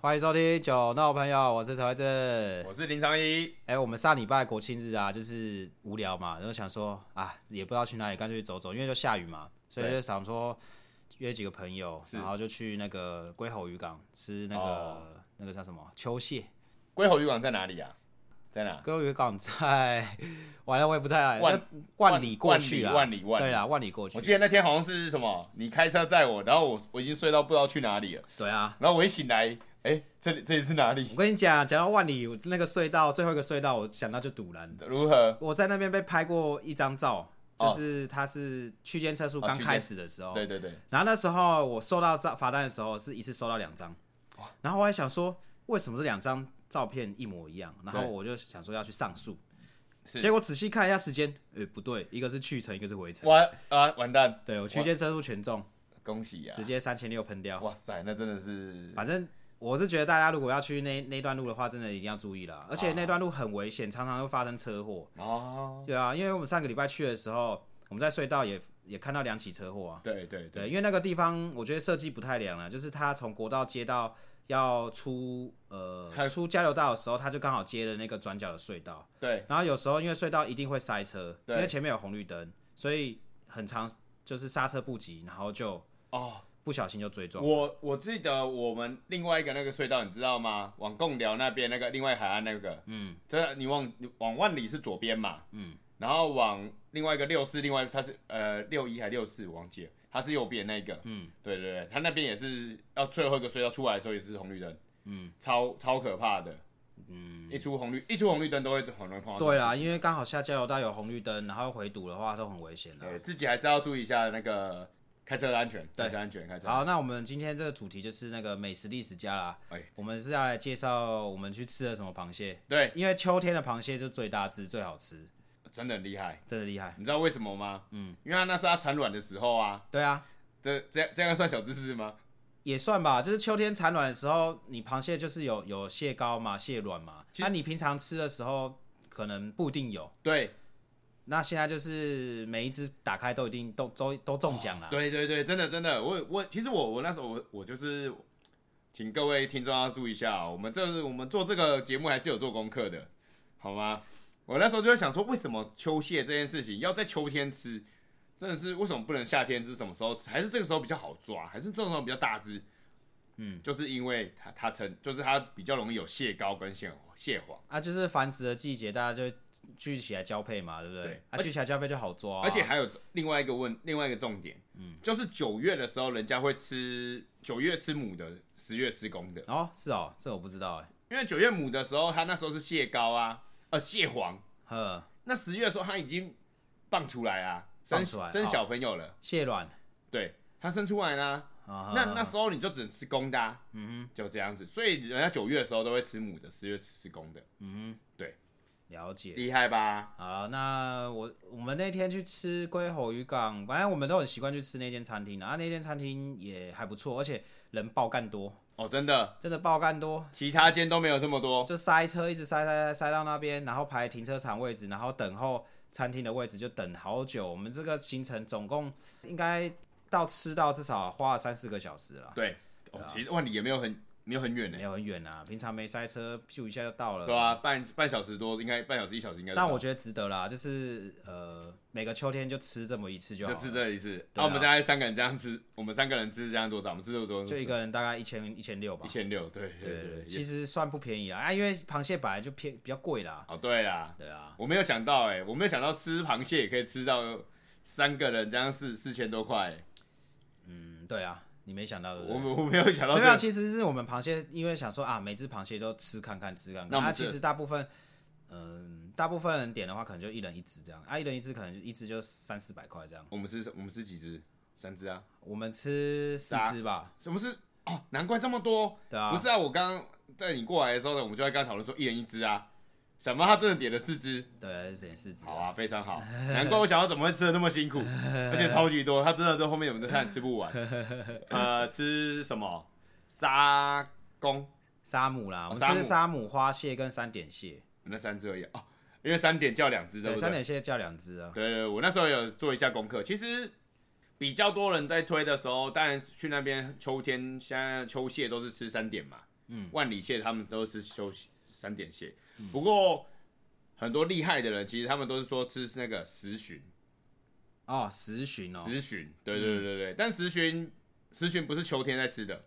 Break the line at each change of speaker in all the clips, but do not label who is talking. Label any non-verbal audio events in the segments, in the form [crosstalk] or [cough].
欢迎收听九闹朋友，我是陈慧正。
我是林长一，
哎、我们上礼拜国庆日啊，就是无聊嘛，然后想说啊，也不知道去哪里，干脆去走走，因为就下雨嘛，所以
对
就想说约几个朋友，
是
然后就去那个龟吼渔港吃那个、
哦
那个叫什么秋蟹。
龟吼渔港在哪里啊？在哪？
龟吼渔港在，完了我也不太
万
那万里过去啊，
万里万里万里
对啦，万里过去。
我记得那天好像是什么，你开车载我，然后我我已经睡到不知道去哪里了，
对啊。
然后我一醒来，哎、这里这里是哪里
我？跟你讲，讲到万里那个隧道，最后一个隧道，我想到就堵然。
如何？
我在那边被拍过一张照，就
哦
是它是区间车速
哦
刚
区间
开始的时候，
对对对，
然后那时候我收到照罚单的时候，是一次收到两张，然后我还想说，为什么这两张照片一模一样？然后
对
我就想说要去上诉，
是
结果仔细看一下时间，呃，不对，一个是去程，一个是回程，
完啊，完蛋，
对我区间车速全中，
恭喜呀、
直接三千六喷掉。
哇塞，那真的是
反正我是觉得大家如果要去那那段路的话，真的一定要注意啦，而且那段路很危险，常常会发生车祸。
哦，
对啊，因为我们上个礼拜去的时候，我们在隧道也也看到两起车祸啊。
对对对，
对，因为那个地方我觉得设计不太良了，啊就是它从国道接到要出呃
还
出交流道的时候，它就刚好接了那个转角的隧道，
对
然后有时候因为隧道一定会塞车，因
对
为前面有红绿灯，所以很长就是刹车不及，然后就
哦，
不小心就追撞。
我我记得我们另外一个那个隧道，你知道吗？往贡寮那边那个另外海岸那个，
嗯，
这你往你往万里是左边嘛，嗯，然后往另外一个六四，另外它是呃六一还六四，我忘记了，它是右边那个，嗯，对对对，它那边也是要最后一个隧道出来的时候也是红绿灯，嗯，超超可怕的，嗯，一出红绿一出红绿灯都会很容易碰到，
对啦，啊因为刚好下交流道有红绿灯，然后回堵的话都很危险的。
对，自己还是要注意一下那个开车的安全，
对
开车安全，开车安
好，那我们今天这个主题就是那个美食历史家啦，
全，哎，
我们是要来介绍我们去吃了什么螃蟹，
对，
因为秋天的螃蟹就最大只、最好吃，
真的很厉害，
真的厉害。
你知道为什么吗？嗯，因为它那是它产卵的时候啊，
对啊，
这这样这样算小知识吗？
也算吧，就是秋天产卵的时候，你螃蟹就是有有蟹膏嘛、蟹卵嘛。
其实
那、你平常吃的时候可能不一定有。
对，
那现在就是每一只打开都一定都都都中奖啦。
对对对，真的真的，我我其实我我那时候我我就是，请各位听众要注意一下、哦，我们这我们做这个节目还是有做功课的，好吗？我那时候就在想说，为什么秋蟹这件事情要在秋天吃？真的是为什么不能夏天吃？什么时候吃？还是这个时候比较好抓？还是这种时候比较大只？嗯，就是因为它它成，就是它比较容易有蟹膏跟蟹蟹黄，
啊，就是繁殖的季节，大家就聚起来交配嘛，对不对？
对
啊，
而且
聚起来交配就好抓啊、
而且还有另外一个问，另外一个重点，嗯，就是九月的时候，人家会吃九月吃母的，十月吃公的。
哦，是哦，这我不知道哎、
因为九月母的时候，它那时候是蟹膏啊，呃蟹黄。
呵，
那十月的时候，它已经放出来啊，
放
生
出来
生
哦
小朋友了。
蟹卵
对，它生出来啦、
啊，
那那时候你就只能吃公的、啊，嗯就这样子。所以人家九月的时候都会吃母的，十月吃公的，
了解。
厉害吧？
好，那我我们那天去吃龟吼渔港，反正我们都很习惯去吃那间餐厅啊，那间餐厅也还不错，而且人爆干多。
哦，真的，
真的爆干多，
其他间都没有这么多。
就塞车，一直塞塞塞塞到那边，然后排停车场位置，然后等候餐厅的位置，就等好久。我们这个行程总共应该到吃到至少花了三四个小时了，
对，哦，
啊
其实万里也没有很没有很远呢、
没有很远啊。平常没塞车，咻一下就到了。
对啊，半半小时多，应该半小时一小时应该都到。
但我觉得值得啦，就是呃，每个秋天就吃这么一次就好
就
了，
吃这一次，
对
那、
啊
我们大概三个人这样吃，我们三个人吃这样多少？我们吃多多
就一个人大概一千一千六吧
一。千六，对
对对对，
也
其实算不便宜啦，啊，因为螃蟹本来就偏比较贵啦。
哦，对啦，
对啊，
我没有想到哎、我没有想到吃螃蟹也可以吃到三个人这样四四千多块、欸，
嗯，对啊，你没想到对不对
我没我没有想到
没
这
有，啊
个，
其实是我们螃蟹，因为想说啊，每只螃蟹都吃看看，吃看看。
那我
啊，
们
其
吃
实大部分，嗯、大部分人点的话，可能就一人一只这样。啊，一人一只，可能就一只就三四百块这样。
我们吃我们吃几只？三只啊？
我们吃四只吧，
什么是？哦，难怪这么多。
对啊
不，是啊，我刚刚在你过来的时候呢，我们就在刚讨论说一人一只啊，想不到他真的点了四只，
对，点四只。
好
[laughs]
啊，非常好。难怪我想到怎么会吃的那么辛苦，而且超级多，他真的在后面我们都差点吃
[laughs]
不完。呃，吃什么？沙公
沙姆啦，我
哦沙
们
姆
吃沙姆花蟹跟三点蟹，
那三只而已哦，因为三点叫两只，对
对，
不
三
对？
点蟹叫两只啊。
对对，我那时候有做一下功课，其实比较多人在推的时候，当然去那边秋天，现在秋蟹都是吃三点嘛，嗯，万里蟹他们都是休息三点蟹，
嗯
不过很多厉害的人其实他们都是说吃那个十旬，
哦，十旬哦，
十旬，对对对对对，但十旬十旬不是秋天在吃的，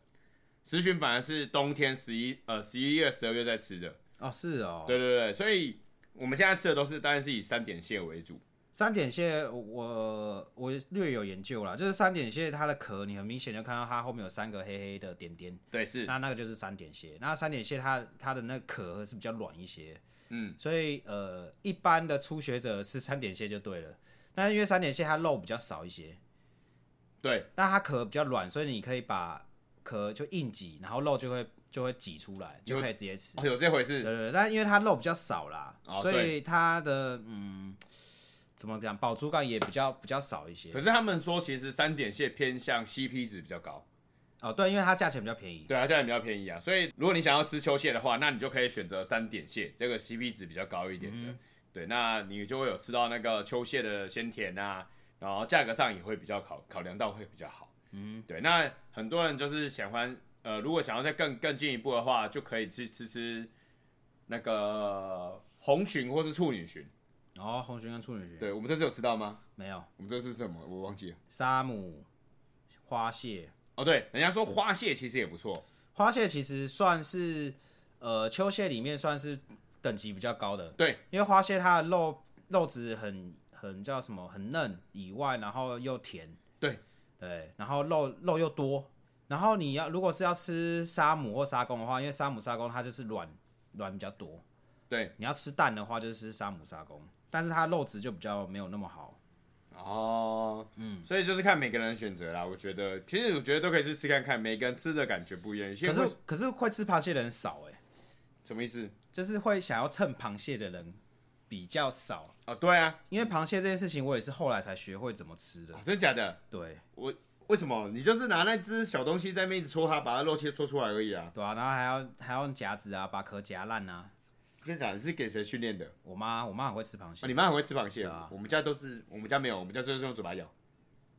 十旬反而是冬天十一呃十一月十二月在吃的，
哦是哦，
对对对，所以我们现在吃的都是当然是以三点蟹为主，
三点蟹我我略有研究啦，就是三点蟹它的壳，你很明显就看到它后面有三个黑黑的点点，
对是，
那那个就是三点蟹。那三点蟹它它的那个壳是比较软一些，
嗯，
所以呃一般的初学者吃三点蟹就对了。但是因为三点蟹它肉比较少一些，
对
但它壳比较软，所以你可以把壳就硬挤，然后肉就会就会挤出来，
有
就可以直接吃。
哦有这回事
对，对对，但因为它肉比较少啦，
哦
所以它的嗯怎么讲饱足感也比较比较少一些
可。是他们说其实三点蟹偏向 CP 值比较高。
哦，对，因为它价钱比较便宜。
对啊，价钱比较便宜啊，所以如果你想要吃秋蟹的话，那你就可以选择三点蟹，这个 CP 值比较高一点的。对，那你就会有吃到那个秋蟹的鲜甜啊，然后价格上也会比较考考量到会比较好。嗯，对，那很多人就是喜欢，呃，如果想要再更更进一步的话，就可以去吃吃那个红鲟或是处女鲟。
哦，红鲟跟处女鲟
对，我们这次有吃到吗？
没有
我们这次是什么？我忘记了。
沙姆花蟹，
哦，对，人家说花蟹其实也不错。
花蟹其实算是呃秋蟹里面算是等级比较高的，
对，
因为花蟹它的肉肉质很很叫什么很嫩以外，然后又甜，
对
对，然后肉肉又多，然后你要如果是要吃沙姆或沙公的话，因为沙姆沙公它就是卵卵比较多，
对，
你要吃蛋的话就是吃沙姆沙公，但是它肉质就比较没有那么好。
哦，嗯，所以就是看每个人的选择啦。我觉得，其实我觉得都可以去试看看，每个人吃的感觉不一样。有些
可是
会
可是会吃螃蟹的人少哎、
什么意思？
就是会想要蹭螃蟹的人比较少，
哦，对啊，
因为螃蟹这件事情我也是后来才学会怎么吃的
啊。真假的？
对
为什么？你就是拿那只小东西在那边一直戳它，把它肉切戳出来而已啊。
对啊，然后还要还要用夹子啊，把壳夹烂啊。
跟你讲，你是给谁训练的？
我妈我妈很会吃螃
啊，
蟹
你妈很会吃螃蟹
对啊
我们家都是，我们家没有，我们家就是用嘴巴咬。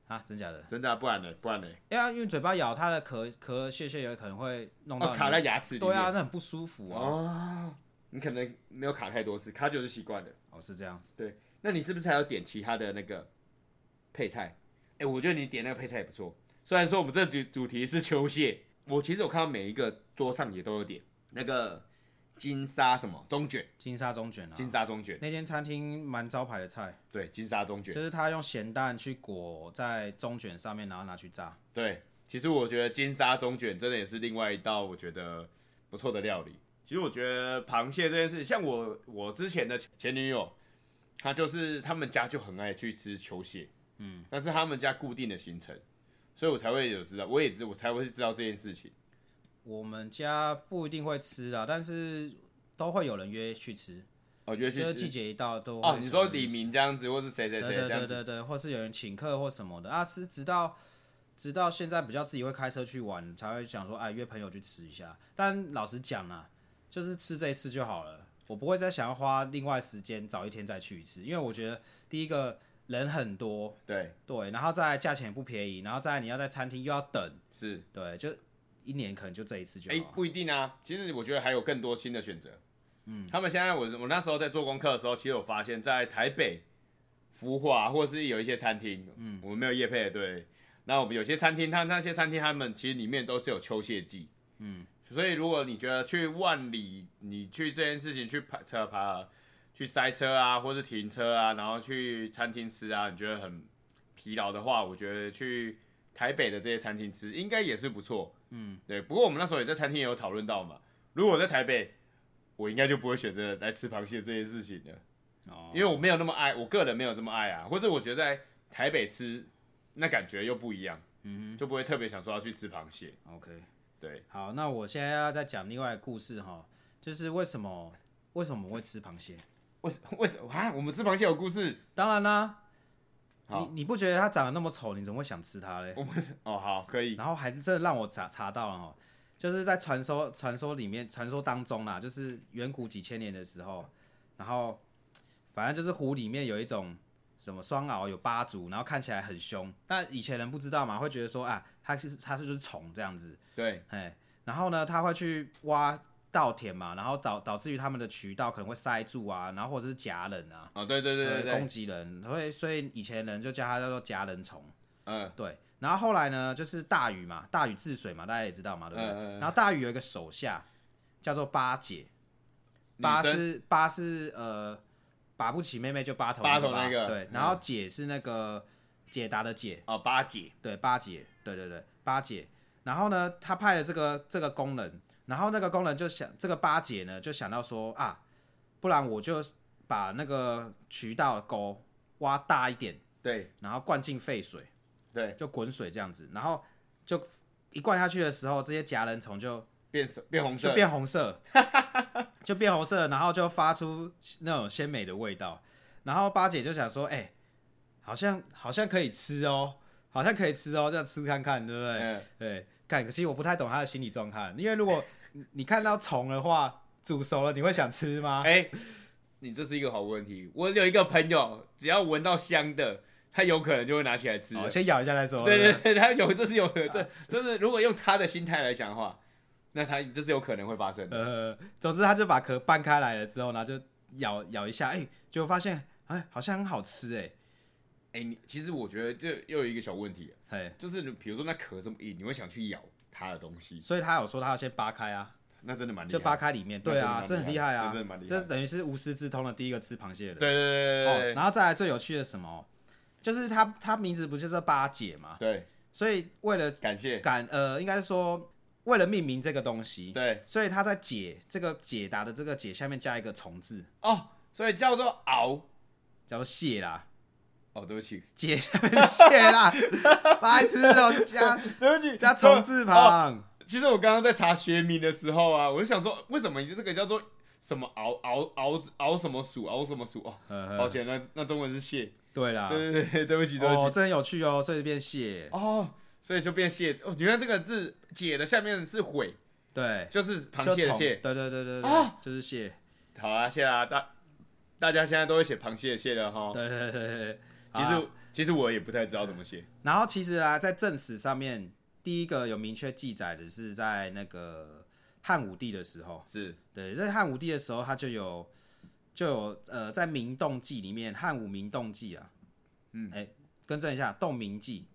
啊，真假的？
真的啊、不然呢？不然呢？
哎呀，因为嘴巴咬它的壳壳屑屑有可能会弄到
哦，
你
卡在牙齿里面。
对啊，，那很不舒服啊。
哦，你可能没有卡太多次，卡久就习惯了。
哦，是这样子。
那你是不是还要点其他的那个配菜？哎、我觉得你点那个配菜也不错。虽然说我们这主主题是秋蟹，我其实有看到每一个桌上也都有点那个金沙什么中卷，
金沙中卷啊，
金沙中卷，
那间餐厅蛮招牌的菜，
对，金沙中卷，
就是它用咸蛋去裹在中卷上面，然后拿去炸。
对。其实我觉得金沙中卷真的也是另外一道我觉得不错的料理。其实我觉得螃蟹这件事，像我我之前的前女友，她就是他们家就很爱去吃球蟹，嗯，但是他们家固定的行程，所以我才会有知道，我也知我才会知道这件事情。
我们家不一定会吃啦，但是都会有人约去吃，
哦，约去
就是季
吃
节一到都会
哦，你说
有人
李明这样子，或是谁谁
对
谁
对
这样
对
子，
对对，或是有人请客或什么的啊，是直到直到现在比较自己会开车去玩，才会想说哎约朋友去吃一下。但老实讲啊，就是吃这一次就好了，我不会再想要花另外时间找一天再去一次，因为我觉得第一个人很多，
对，
对，然后再来价钱也不便宜，然后再来你要在餐厅又要等，
是，
对，就一年可能就这一次就
哎、
好了。
不一定啊。其实我觉得还有更多新的选择。嗯，他们现在我我那时候在做功课的时候，其实我发现，在台北福华或是有一些餐厅，嗯，我们没有夜配，对。那我们有些餐厅，它那些餐厅他们其实里面都是有秋蟹季，嗯，所以如果你觉得去万里，你去这件事情去爬车爬去塞车啊，或是停车啊，然后去餐厅吃啊，你觉得很疲劳的话，我觉得去台北的这些餐厅吃应该也是不错。嗯，对。不过我们那时候也在餐厅也有讨论到嘛，如果我在台北，我应该就不会选择来吃螃蟹这件事情了，
哦
因为我没有那么爱，我个人没有这么爱啊，或者我觉得在台北吃那感觉又不一样，嗯，就不会特别想说要去吃螃蟹。
OK。
对，
好，那我现在要再讲另外一个故事哈，就是为什么为什么我们会吃螃蟹？
为什为什么啊？我们吃螃蟹有故事
当然啦，
好
你你不觉得它长得那么丑，你怎么会想吃它嘞？
哦，好，可以，
然后还是真的让我查查到了哈，就是在传说传说里面传说当中啦，就是远古几千年的时候，然后反正就是湖里面有一种什么双螯有八足，然后看起来很凶，但以前人不知道嘛，会觉得说啊，它是它是就是虫这样子，
对，
哎，然后呢，他会去挖稻田嘛，然后导导致于他们的渠道可能会塞住啊，然后或者是夹人啊，
哦，对对对对
呃攻
对，
击人，所以所以以前人就叫它叫做夹人虫。
嗯，
对，然后后来呢，就是大禹嘛，大禹治水嘛，大家也知道嘛，对不对？
嗯嗯嗯
然后大禹有一个手下叫做八姐，
女
八
生
是八是呃拔不起妹妹就八头
八
个
头
八
那个
对
嗯，
然后解是那个解答的解，
哦，八姐，
对，八姐，对对对，八姐。然后呢，他派了这个这个工人，然后那个工人就想，这个八姐呢就想到说啊，不然我就把那个渠道的沟挖大一点，
对
然后灌进沸水。
对，
就滚水这样子，然后就一灌下去的时候，这些夹人虫就
变色变红
就
色，
变红色，就变红色，然后就发出那种鲜美的味道。然后八姐就想说，哎、好像好像可以吃哦，好像可以吃哦，这样吃看看，对不对？
嗯，
对，看，可惜我不太懂他的心理状态，因为如
[laughs]
果你你看到虫的话，煮熟了你会想吃吗？
哎、你这是一个好问题。我有一个朋友，只要闻到香的，他有可能就会拿起来吃了。
哦，先咬一下再说。
对
对
对
不
对，他有这是有的，这真的，如果用他的心态来讲的话，那他这是有可能会发生的。
对，呃，总之他就把壳掰开来了之后，然后就咬咬一下，哎、结果发现，哎、好像很好吃、哎。
哎、你其实我觉得这又有一个小问题，
哎，
就是你比如说那壳这么硬，你会想去咬它的东西，
所以他有说他要先扒开啊，
那真的蛮厉害
就
的。
扒开里面，对啊，
那
这
真的
很
蛮
厉
厉
害
害
啊
这真的蛮，厉害
这等于是无师自通的第一个吃螃蟹的人。
对对对对
哦，
对对
然后再来最有趣的是什么？就是他他名字不就是叫八姐嘛，
对，
所以为了
感谢，
感呃，应该说为了命名这个东西，
对
所以他在解这个解答的这个解下面加一个虫字，
哦，所以叫做熬。
叫做蟹啦。
哦，对不起，
解下面蟹啦，白痴哦，加
对不起，
加虫字旁，
其实我刚刚在查学名的时候啊，我就想说，为什么你这个叫做什么熬熬熬熬什么鼠熬什么鼠哦？
呵呵
抱歉，那那中文是蟹。
嗯对啦，
对 [laughs] 对对，对不起，对不
哦，
起。
这很有趣啊哦，所以变蟹，
哦，所以就变蟹。哦，原来这个字解的下面是悔，
对。
就是螃
就
蟹的
虫
蟹。
对对对对对，
啊
就是蟹，
好啊，蟹啊，大大家现在都会写螃蟹的蟹了哈。
对对对对对。
其
好
实
啊
其实我也不太知道怎么写。
然后其实啊，在正史上面，第一个有明确记载的是在那个汉武帝的时候，
是
对，在汉武帝的时候，他就有就有呃，在《明洞记》里面，《汉武明洞记》啊，嗯，哎，更正一下，《洞明记》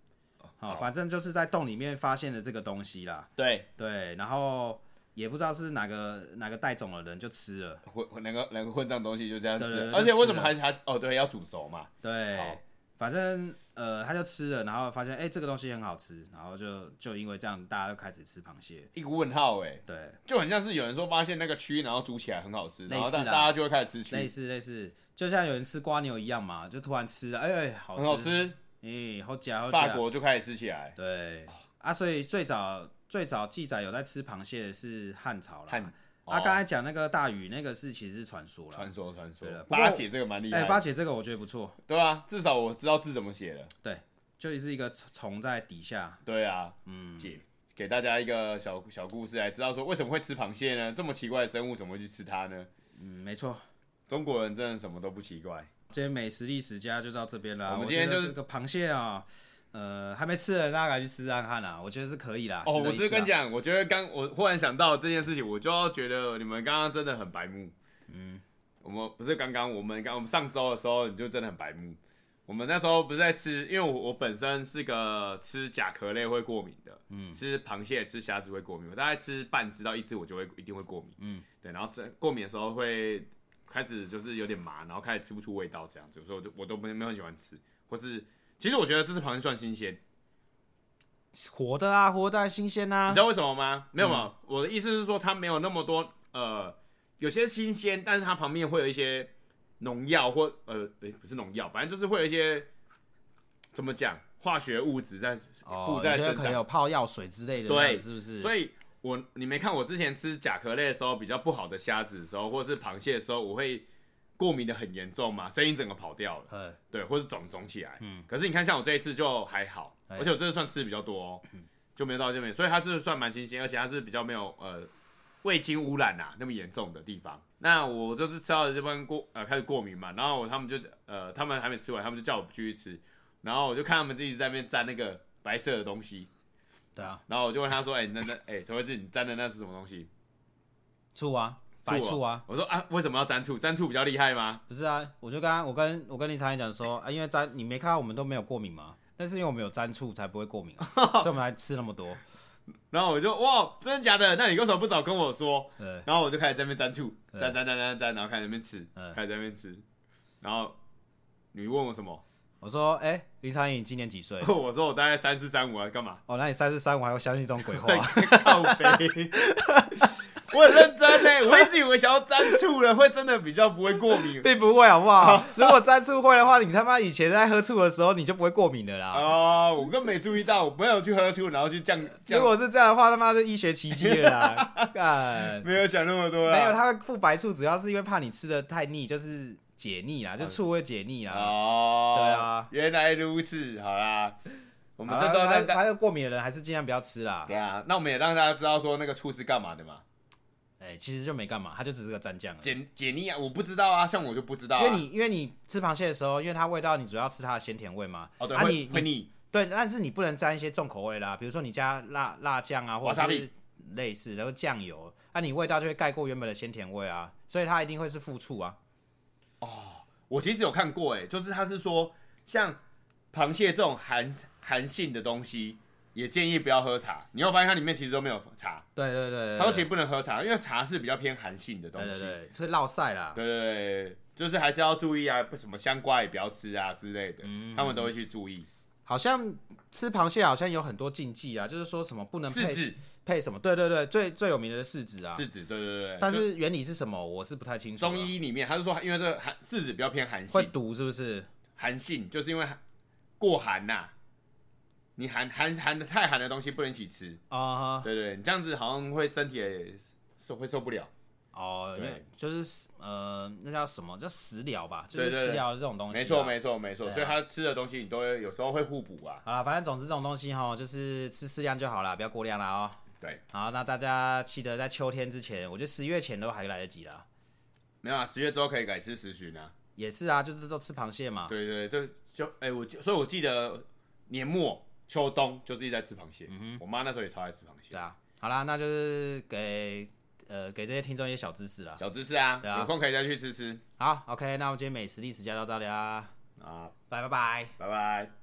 哦
好，反正就是在洞里面发现了这个东西啦，
对，
对，然后也不知道是哪个哪个带种的人就吃了，
混混那个那个混账东西就这样
对对
吃，
对
而且为什么
就
还还哦对，要煮熟嘛。好
对，反正呃，他就吃了，然后发现哎、这个东西很好吃，然后就就因为这样，大家就开始吃螃蟹。
一个问号哎、
对，
就很像是有人说发现那个蛆，然后煮起来很好吃，
类似
然后大
啦
大家就会开始吃
类
蛆，
似类似，就像有人吃瓜牛一样嘛，就突然吃了，哎、哎好
很
吃，
好，吃。
哎、好假好
法
假。
国就开始吃起来，
对啊，所以最早最早记载有在吃螃蟹的是汉朝啦。
汉
啊，
哦
刚才讲那个大禹那个是其实是传说啦
传。说传说
对了，不过
八姐这个蛮厉
哎、
害的，
八姐这个我觉得不错，
对啊，至少我知道字怎么写了。
就是一个虫在底下，
对啊，
嗯，
姐给大家一个小小故事来知道说为什么会吃螃蟹呢？这么奇怪的生物怎么会去吃它呢？
嗯，没错。
中国人真的什么都不奇怪。
今天美食历史家就到这边啦。
我
我
们今天
觉得
就是
这个螃蟹啊，呃，还没吃的大家去吃看看啦，我觉得是可以啦。
哦，
值得
我
一
就
试啊
跟你讲，我觉得刚我忽然想到这件事情，我就要觉得你们刚刚真的很白目。嗯，我们不是刚刚，我们刚我们上周的时候你就真的很白目。我们那时候不是在吃，因为我我本身是个吃甲壳类会过敏的，嗯，吃螃蟹、吃虾子会过敏，我大概吃半只到一只我就会一定会过敏，嗯，对，然后吃过敏的时候会开始就是有点麻，然后开始吃不出味道这样子，所以我就我都没没有很喜欢吃，或是其实我觉得这只螃蟹算新鲜，
活的啊，活的、啊、新鲜
你
啊
知。道为什么吗？没有嘛，我的意思是说它没有那么多呃，有些新鲜，但是它旁边会有一些农药或呃，诶不是农药，反正就是会有一些怎么讲化学物质在附在
你觉得
身
可能
上，
哦有泡药水之类的，
对
那样子是不是？以
所以。我你没看我之前吃甲壳类的时候，比较不好的虾子的时候，或者是螃蟹的时候，我会过敏的很严重嘛，声音整个跑掉了，
呃，
对，或是肿肿起来。嗯，可是你看像我这一次就还好，
哎嗯
而且我这次算吃的比较多哦，就没有到这边，所以它是算蛮新鲜，而且它是比较没有呃味精污染啊那么严重的地方。那我就是吃到了这边过呃开始过敏嘛，然后他们就呃他们还没吃完，他们就叫我继续吃，然后我就看他们自己在那边沾那个白色的东西，
对啊，
然后我就问他说：“哎、那那哎，陈慧志，你沾的那是什么东西哦
醋啊，白醋啊，？”
我说：“啊，为什么要沾醋？沾醋比较厉害吗
不是啊，我就跟他，我跟我跟林长言讲说，啊，因为沾你没看到我们都没有过敏嘛，但是因为我们有沾醋才不会过 [laughs] 敏啊，所以我们才吃那么多。？”
然后我就：“哇，真的假的？那你为什么不早跟我说
对？”，
然后我就开始在那边沾醋，
对
沾沾沾沾沾，然后开始在那边吃，
嗯
开始在那边吃。然后你问我什么？？
我说，哎、林长言，你今年几 [laughs] 岁
我说我大概三四三五啊，干嘛？ [laughs]
哦，那你三十三，我还会相信这种鬼话？
靠背。我很认真呢、我一直以为想要沾醋了会真的比较不会过
[laughs]
敏
并不会，好不好？ [laughs] 如果沾醋会的话，你他妈以前在喝醋的时候，你就不会过敏的 [laughs] 啦。
哦，我更没注意到，我没有去喝醋，然后去
[laughs]
降
如
降，
果是这样的话，他妈就医学奇迹了 [laughs] 啦！干，
没有想那么多啦。
没有，他会附白醋，主要是因为怕你吃的太腻，就是解腻啦，就醋会解腻啦。
哦，
对啊，
原来如此，好啦，我
我
们这时候让大
他过敏的人还是尽量不要吃啦。
对啊，那我们也让大家知道说那个醋是干嘛的嘛，
哎、其实就没干嘛，它就只是个蘸酱而已。
解解腻啊，我不知道啊，像我就不知道、啊，
因为你因为你吃螃蟹的时候，因为它味道你主要吃它的鲜甜味嘛，
哦对，
啊
会
你
会腻，
对，但是你不能沾一些重口味啦，比如说你加辣辣酱啊，或者
Wasabi
是类似，然后酱油，那、你味道就会盖过原本的鲜甜味啊，所以它一定会是负醋啊。
我其实有看过、欸，哎，就是他是说像螃蟹这种寒寒性的东西。也建议不要喝茶，你会发现它里面其实都没有茶。
对对对对
他说其实不能喝茶，因为茶是比较偏寒性的东
对
西。
对对，会落晒啦。
对对对，就是还是要注意啊，不什么香瓜也不要吃啊之类的，
嗯
他们都会去注意。
好像吃螃蟹好像有很多禁忌啊，就是说什么不能
柿
配
子，
配什么，对对对，最最有名的是柿子啊。
柿子，对对对。
但
就是
原理是什么，我是不太清楚啊。
中医里面，他是说，因为这个寒柿子比较偏寒
会
性，
毒是不是？
寒性就是因为寒过寒呐、你寒寒寒的太寒的东西不能一起吃，
啊、
对对，你这样子好像会身体也受会受不了。
哦，
对
因为就是呃，那叫什么叫食疗吧，就
对
是
对对
食疗这种东西啊、
没错没错没错，
对啊
所以他吃的东西你都会有时候会互补啊。
好了，反正总之这种东西哈，就是吃适量就好了，不要过量了哦。
对，
好，那大家记得在秋天之前，我觉得十月前都还来得及啦。
没有啊，十月之后可以改吃十旬啊。
也是啊，就是都吃螃蟹嘛。
对对，对就就哎、我记所以我记得年末秋冬就自己在吃螃蟹，我妈那时候也超爱吃螃蟹
对。啊，好啦，那就是给呃给这些听众一些小知识啦。
小知识啊，
对啊
有空可以再去吃吃
好，OK，那我们今天美食历史就到这里啦，
啊，
拜拜拜。
拜拜。